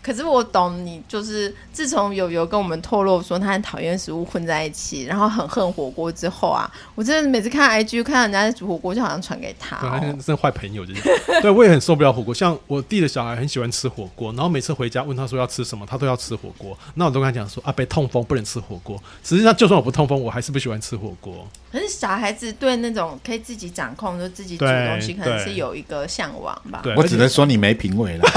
可是我懂你，就是自从友友跟我们透露说他很讨厌食物混在一起，然后很恨火锅之后啊，我真的每次看 IG 看到人家在煮火锅，就好像传给他、
对，他
哦
真。是坏朋友，就是对我也很受不了火锅。像我弟的小孩很喜欢吃火锅，然后每次回家问他说要吃什么，他都要吃火锅。那我都跟他讲说啊，被痛风不能吃火锅。实际上，就算我不痛风，我还是不喜欢吃火锅。
可是小孩子对那种可以自己掌控、就自己煮
对
东西，可能
对
是有一个向往吧。
对，
我
而
只
且
能说你没品味了，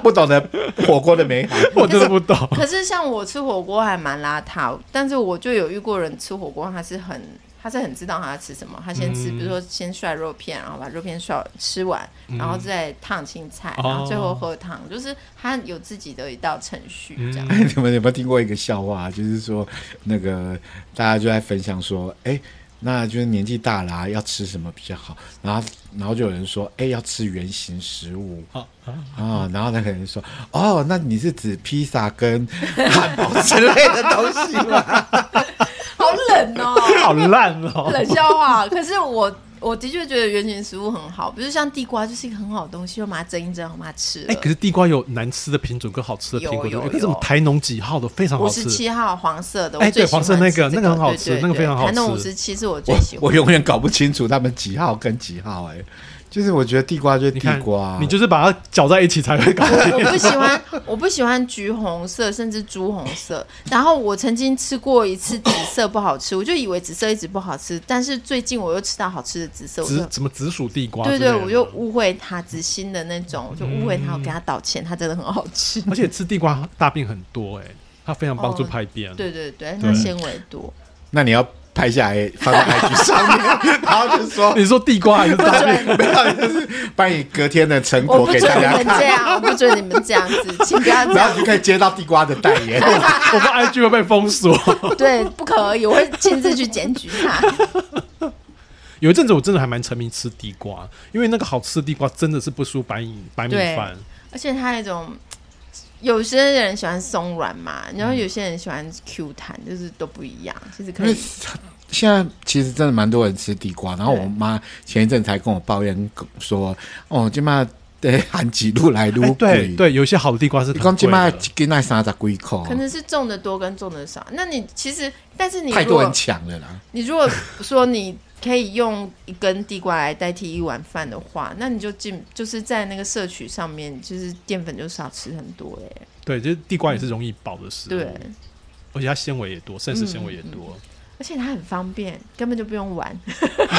不懂得火锅的美好。
我真的 不懂。
可是像我吃火锅还蛮邋遢，但是我就有遇过人吃火锅，他是很他是很知道他要吃什么，他先吃，比
嗯
如说先涮肉片，然后把肉片涮吃完，然后再烫青菜，
哦
然后最后喝汤，就是他有自己的一道程序这样。
你们有没有听过一个笑话、就是说那个大家就在分享说，哎、那就是年纪大啦、要吃什么比较好？然后，然后就有人说，哎、要吃圆形食物
啊
啊、然后那个人说，哦，那你是指披萨跟汉堡之类的东西吗？
好冷哦、
好烂哦、
冷笑话。可是我我的确觉得原形食物很好，比如像地瓜就是一个很好的东西，就把它蒸一蒸，我把它吃了。
哎、可是地瓜有难吃的品种跟好吃的品种，哎
有有
可是我们
有
台农几号的非常好
五
吃
十。七号黄色的，
哎
我最
对
喜欢
黄色那个
吃这
那个很好吃
对对
那个非常好吃
台农五十七是我最
我
喜欢的。
我永远搞不清楚他们几号跟几号、哎，就是我觉得地瓜就是
你
地
看
瓜，，
你就是把它搅在一起才会搞定。
我不喜欢，我不喜欢橘红色，甚至朱红色。然后我曾经吃过一次紫色不好吃，我就以为紫色一直不好吃，但是最近我又吃到好吃的紫色，我
紫
就
什么紫薯地瓜之
对
类的？
对，我就误会它紫心的那种，我就误会它，我给它道歉，它真的很好吃。
而且吃地瓜大便很多哎、它非常帮助
哦
排便。
对对对，它纤维多，
那你要拍下来放在 IG 上面，然后就说
你说地瓜还是大便？
没有，就是把你隔天的成
我
果
不
给
准
大
你
家
们
看
这，样，我不准你们这样子，请不要这
然
样
后。你就可以接到地瓜的代 言。
我 怕 IG 会被封锁。
对，不可以，我会亲自去检举它。
有一阵子我真的还蛮沉迷吃地瓜，因为那个好吃的地瓜真的是不输白米白米
对
饭。
而且它有一种，有些人喜欢松软嘛，然后有些人喜欢 Q 弹，就是都不一样，就是
因
可
为
以。
现在其实真的蛮多人吃地瓜，然后
对
我妈前一阵才跟我抱怨说，哦，今嘛对含几路来路
哎
贵
对，对，有一些好的地瓜是
你
很
讲今
贵
嘛
的。
一斤那三十几块，
可能是种的多跟种的少，那你其实，但是你
太
如
多人
果
抢了啦。
你如果说你可以用一根地瓜来代替一碗饭的话，那你就进就是在那个摄取上面，就是淀粉就少吃很多哎、
对，就是地瓜也是容易饱的食物，
对，嗯
而且它纤维也多，膳食纤维也多。
而且它很方便，根本就不用玩， 简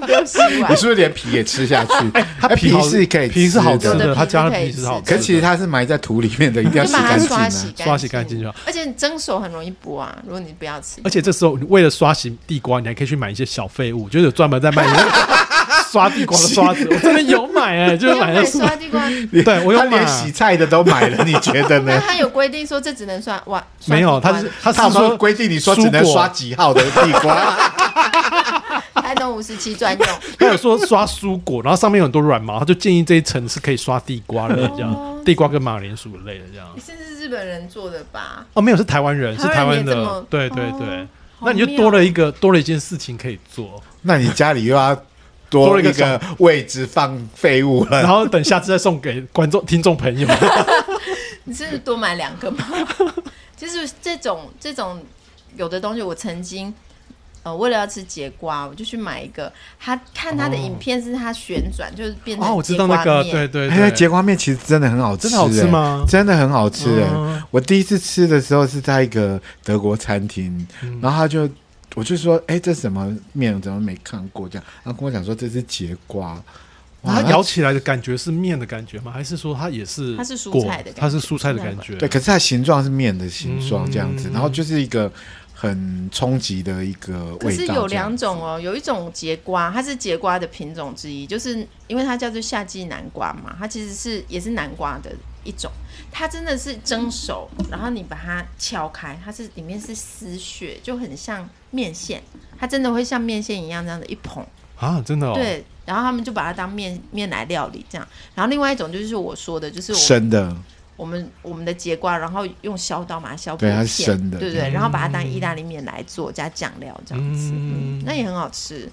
单就洗碗
你。是不是连皮也吃 下去？哎
皮好
是可以
皮是好吃
吃
有的
的，它
皮是
加了
可以
皮是好吃
吃
的。
可是其实它是埋在土里面的，一定要
就
洗
把它
干净
刷
啊。
洗
刷洗干净就好。
而且蒸熟很容易剥啊，如果你不要吃，
而且这时候你为了刷洗地瓜，你还可以去买一些小废物，就是有专门在卖 那个刷地瓜的刷子。我真的有买哎、就
你有
是买
买
了四
刷地瓜，
对我有
他
买
连洗菜的都买了，你觉得
那
呢？
它有规定说这只能刷哇？刷
没
地
有，
瓜
他是 他
他有
是
说
说
规定你说只能
蔬果
刷几号的地瓜，
啊
台东五十七专用，
他有说刷蔬果，然后上面有很多软毛，他就建议这一层是可以刷地瓜的，这
哦
样地瓜跟马铃薯类的这样。
这是日本人做的吧？
哦，没有，是台湾人，是台
台湾
湾
人也这
的
么，
对对
哦
对。
好
那你就
妙
多了一个多了一件事情可以 做，
那你家里又要多一个位置放废物
然
了。
后等下次再送给观众听 众朋友。
你是不是多买 两个吗？就是这种这种有的东西，我曾经呃，为了要吃节瓜，我就去买一个。他看他的
哦
影片是他旋转，就是变
哦，
成
我知
节
道
瓜
那个，
面
对对
哎，
对，
节瓜面其实真的很好吃，
真的好吃
哎？
吗？
真的很好吃哎！
嗯
我第一次吃的时候是在一个德国餐厅，
嗯
然后他就我就说：“哎，这什么面？我怎么没看过？”这样，他跟我讲说这是节瓜，
它
哇，
咬起来的感觉是面的感觉吗？还是说它也是
它是蔬
果
菜的感觉
它是蔬菜的感觉。
对，可是它形状是面的形状这样子，
嗯
然后就是一个很冲击的一个味道。
可是有两
这样
种哦，有一种节瓜，它是节瓜的品种之一，就是因为它叫做夏季南瓜嘛，它其实是也是南瓜的一种。它真的是蒸熟，然后你把它敲开，它是里面是丝血，就很像面线，它真的会像面线一样这样的一捧。
啊，真的哦。，
对，然后他们就把它当面面来料理这样。然后另外一种就是我说的，就是我们
生的，
我们我们的节瓜，然后用削刀把它削
对它
薄
是
片
生的
对不对？然后把它当意大利面来做，加酱料这样子，
嗯
嗯，那也很好吃。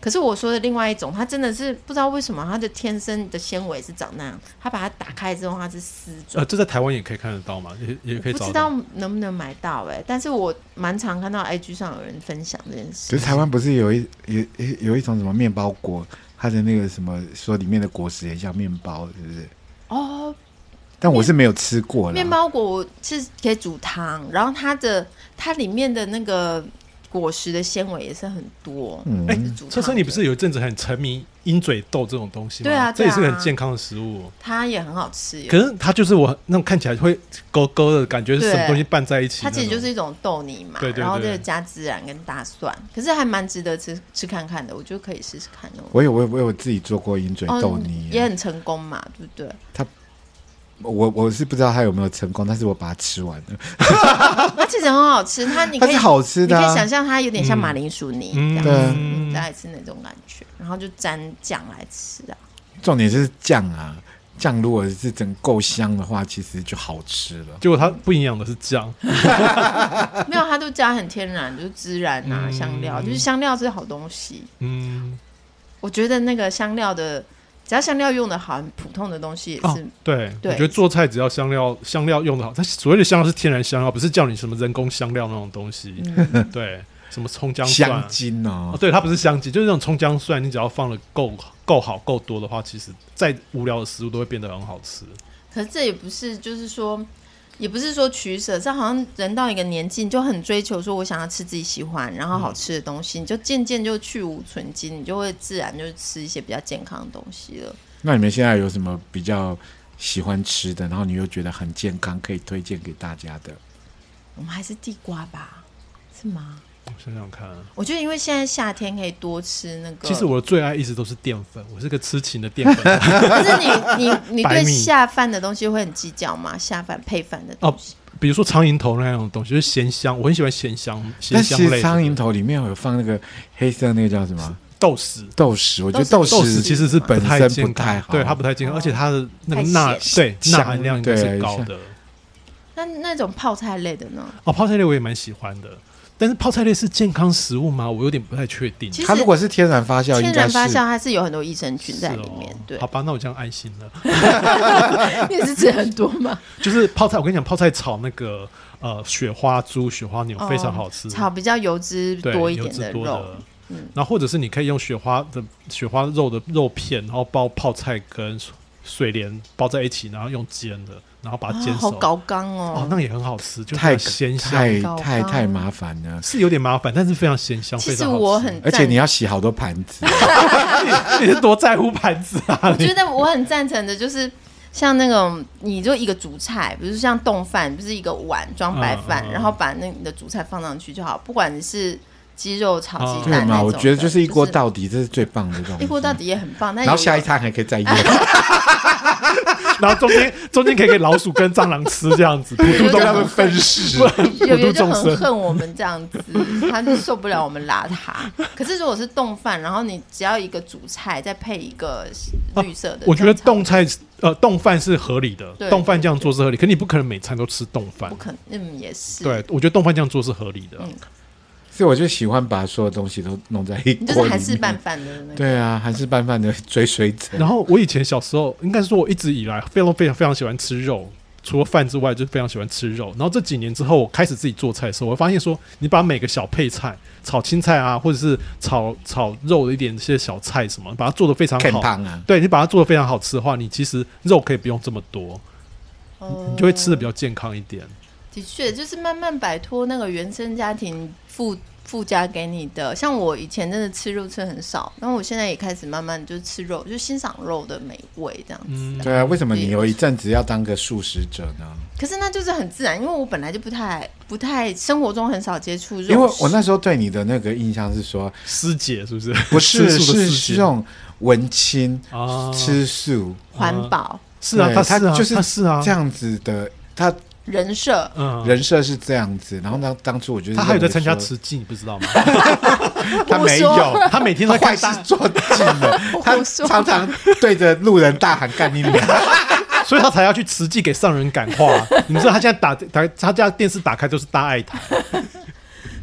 可是我说的另外一种，它真的是不知道为什么它的天生的纤维是长那样，它把它打开之后它是丝状
呃，，这在台湾也可以看得到嘛，也也可以
不
找
知
得
道
到。
能不能买到哎、但是我蛮常看到 IG 上有人分享这件
可
事
是。台湾不是有一有有有一种什么面包果，它的那个什么说里面的果实也像面包，是不是？
哦，
但我是没有吃过啦
面包果我是可以煮汤，然后它的它里面的那个果实的纤维也是很多。
嗯
是煮汤
哎车车，你不是有一阵子很沉迷鹰嘴豆这种东西吗？
对啊
这
对
也
啊
是个很健康的食物。哦
它也很好吃耶。
可是它就是我那种看起来会勾勾的感觉，是
对
什么东西拌在一起
它
那种？
其实就是一种豆泥嘛，
对对对
然后再加孜然跟大蒜，可是还蛮值得吃吃看看的，我觉得可以试试看哦。
我有我有我有自己做过鹰嘴豆泥，啊
也很成功嘛，对不对？
我我是不知道它有没有成功，但是我把它吃完了，
它其实很好吃，它你
它
可以
是好吃的、
你可以
啊
想。象它有点像马铃薯泥这
嗯
样
对
子
啊，
嗯大概是那种感觉，然后就沾酱来吃啊。
重点就是酱啊，酱如果是整够香的话，其实就好吃了。
结果它不营养的是 酱，
没有，它都加很天然，就是孜然啊、
嗯
香料，就是香料是好东西。
嗯，
我觉得那个香料的，只要香料用的好，很普通的东西也是、
哦，对，我
对
觉得做菜只要香料香料用的好，它所谓的香料是天然香料，不是叫你什么人工香料那种东西，
嗯、
对，什么葱姜蒜
香精
哦，
哦，
对，它不是香精，就是那种葱姜蒜，你只要放的够够好够多的话，其实再无聊的食物都会变得很好吃。
可是这也不是，就是说，也不是说取舍，这好像人到一个年纪，你就很追求说，我想要吃自己喜欢，然后好吃的东西，你就渐渐就去无存精，你就会自然就吃一些比较健康的东西了。
那你们现在有什么比较喜欢吃的，然后你又觉得很健康，可以推荐给大家的？
我们还是地瓜吧，是吗？
我想想看，
我觉得因为现在夏天可以多吃那个，
其实我的最爱一直都是淀粉，我是个痴情的淀粉。
可是你你你
白
对
米
下饭的东西会很计较吗？下饭配饭的东西，
比如说苍蝇头那种东西，就是咸香，我很喜欢咸香咸
但其
香类
实
的
苍蝇头里面有放那个黑色那个叫什么
豆豉。
豆豉，我觉得
豆豉
豆豉
豉
其实是
本
太
身
健
不
康
太好
对它不太健康，
哦
而且它的那个钠
太
对钠
香
含量应该是
对
高的。
那那种泡菜类的呢？
哦，泡菜类我也蛮喜欢的，但是泡菜类是健康食物吗？我有点不太确定。
其实
它如果是天然发酵，应
天
该
然
是
发酵它是有很多益生菌
是
在
哦
里面，对
好，吧，那我这样安心了。
你也是吃很多吗？
就是泡菜，我跟你讲，泡菜炒那个呃雪花猪、雪花牛
哦
非常好吃，
炒比较油脂
对
多一
油
点
脂
肉，
多的。啊
嗯
然后或者是你可以用雪花的雪花肉的肉片，然后包泡菜跟水水莲包在一起，然后用煎的，然后把它
啊
煎熟。
好高纲
哦
哦，
那个也很好吃，就是
太
咸香，
太
搞
太
到
太麻烦了，
是有点麻烦，但是非常咸香，
其
非
实
常好吃。
我很
而且
赞
你要洗好多盘子。
你是多在乎盘子啊？
我
你
觉得我很赞成的，就是像那种你就一个主菜，比如像冻饭，不是一个碗装白饭，
嗯嗯嗯
然后把那你的主菜放上去就好，不管你是鸡肉炒
哦
鸡
对
蛋那
嘛？
种的、
我觉得就是一锅到底，这是最棒的
就
东
是
西。
一锅到，底也很棒，但
然后下一
有
餐还可以 再约。
然后中间中间可以给老鼠跟蟑螂吃 这样子，普度
有种
众
跟他
生
们分食，
有
普度
人就
众
很
生。
恨我们这样子，他就受不了我们邋遢。可是如果是冻饭，然后你只要一个主菜，再配一个绿色的，
我觉得
这样炒
冻菜呃冻饭是合理的，
对
冻饭这样做是合理，可你不可能每餐都吃冻饭
不。可能，嗯，也是，
对，，我觉得冻饭这样做是合理的。
嗯，
所以我就喜欢把所有东西都弄在一
你就
锅里
是
面。
韩式拌饭的那个。
对啊，韩式拌饭的追随者。
然后我以前小时候，应该是说我一直以来非常非常非常喜欢吃肉，除了饭之外，就非常喜欢吃肉。然后这几年之后，我开始自己做菜的时候，我发现说，你把每个小配菜，炒青菜啊，或者是炒炒肉的一点这些小菜什么，把它做的非常
更
好，
胖啊。
对你把它做的非常好吃的话，你其实肉可以不用这么多，你就会吃的比较健康一点。
的确，就是慢慢摆脱那个原生家庭附附加给你的。像我以前真的吃肉吃很少，然后我现在也开始慢慢就吃肉，就欣赏肉的美味这样子。
嗯，
对啊，为什么你有一阵子要当个素食者呢？
可是那就是很自然，因为我本来就不太不太生活中很少接触肉食，
因为我那时候对你的那个印象是说，
师姐是不是？
不是
吃素的
是
师
是
姐
那种文青
啊，
吃素，
环保、
嗯
是啊，
对
他
他
是啊，
就是
他是啊
这，样子的，他
人设。
嗯，
人设是这样子。然后当当初我就是
他还有在参加
认为说，
慈济，你不知道吗？
他没
胡
有
说，
他每天都
他坏
在看
事
大，
做尽了
我，
他
说
常常对着路人大喊干你 娘。
所以他才要去慈济给上人感 化啊。你们知道他现在打打他家电视打开就是大爱台，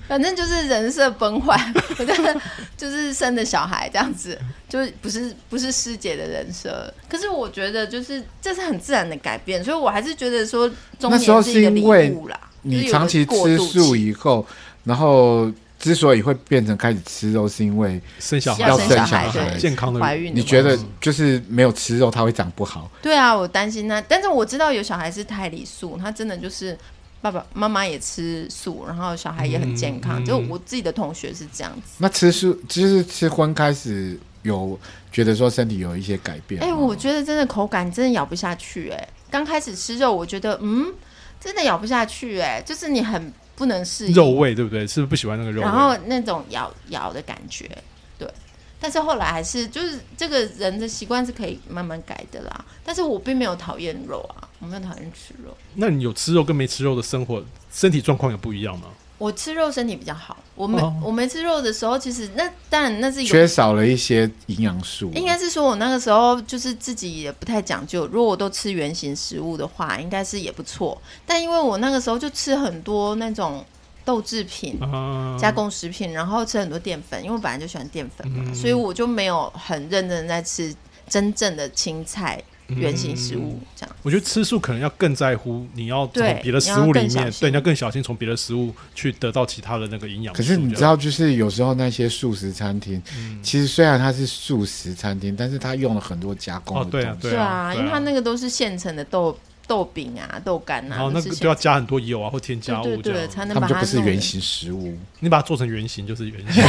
反正就是人设崩坏， 我真的就是生的小孩这样子，就是不是不是师姐的人设。可是我觉得就是这是很自然的改变，所以我还是觉得说中
那时候
年是一个
是
礼
因为
物啦。就
你
是有
长
个
期
过
吃
渡
素
期
以后，然后之所以会变成开始吃肉，是因为
生小孩
要
生
小
小孩
对
健康的
怀孕的
你
嘛
觉得就是没有吃肉它会长不好。
对啊，我担心那，但是我知道有小孩是胎里素，他真的就是爸爸妈妈也吃素，然后小孩也很健康。
嗯
就我自己的同学是这样子。
那吃素就是吃荤开始有觉得说身体有一些改变吗。
哎、我觉得真的口感真的咬不下去、哎，刚开始吃肉，我觉得嗯，真的咬不下去、哎，就是你很不能适应
肉味，对不对？是不是不喜欢那个肉味？
然后那种咬咬的感觉，对。但是后来还是就是这个人的习惯是可以慢慢改的啦。但是我并没有讨厌肉啊，我没有讨厌吃肉。
那你有吃肉跟没吃肉的生活，身体状况有不一样吗？
我吃肉身体比较好，我没、
哦
我没吃肉的时候，其实那当然那是一
缺
个，
少了一些营养素，啊
应该是说我那个时候就是自己也不太讲究，如果我都吃原形食物的话，应该是也不错。但因为我那个时候就吃很多那种豆制品。
啊，
加工食品，然后吃很多淀粉，因为我本来就喜欢淀粉嘛，
嗯
所以我就没有很认真地在吃真正的青菜、
嗯
原形食物这样。
我觉得吃素可能要更在乎你要从
对
别的食物
你要
里
更小
面，
心
对，你要更小心从别的食物去得到其他的那个营养素。
可是你知
这样，
道，就是有时候那些素食餐厅，
嗯
其实虽然它是素食餐厅，但是它用了很多加工的
哦
东
对
是
西。
啊啊，对
因为它那个都是现成的豆豆饼啊、豆干啊，
然后
都
哦那
是
个
现
就要加很多油啊或添加
对
物
对
这
对，
样，
才能
他
把
们就
它
不是
弄
原形食物，
你把它做成圆形就是圆形。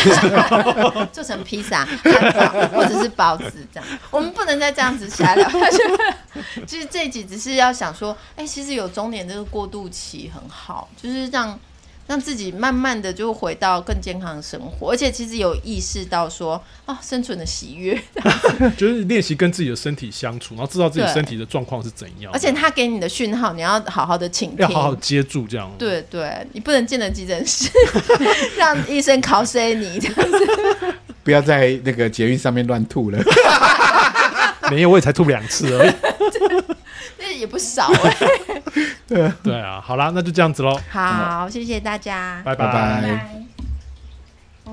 做成披萨、汉堡或者是包子这样。我们不能再这样子瞎聊下去。 就是这一集只是要想说，哎、其实有中年这个过渡期很好，就是让让自己慢慢的就回到更健康的生活，而且其实有意识到说，啊，生存的喜悦，
就是练习跟自己的身体相处，然后知道自己
对
身体的状况是怎样，
而且他给你的讯号，你要好好的倾听。
要好好接住这样。，
对对，你不能见了急诊室， 让医生考谁你这样子。
不要在那个捷运上面乱吐了。
没有我也才吐两次而已。
那也不少哎、
对啊，好啦，那就这样子喽，
好，谢谢大家，
拜
拜拜
拜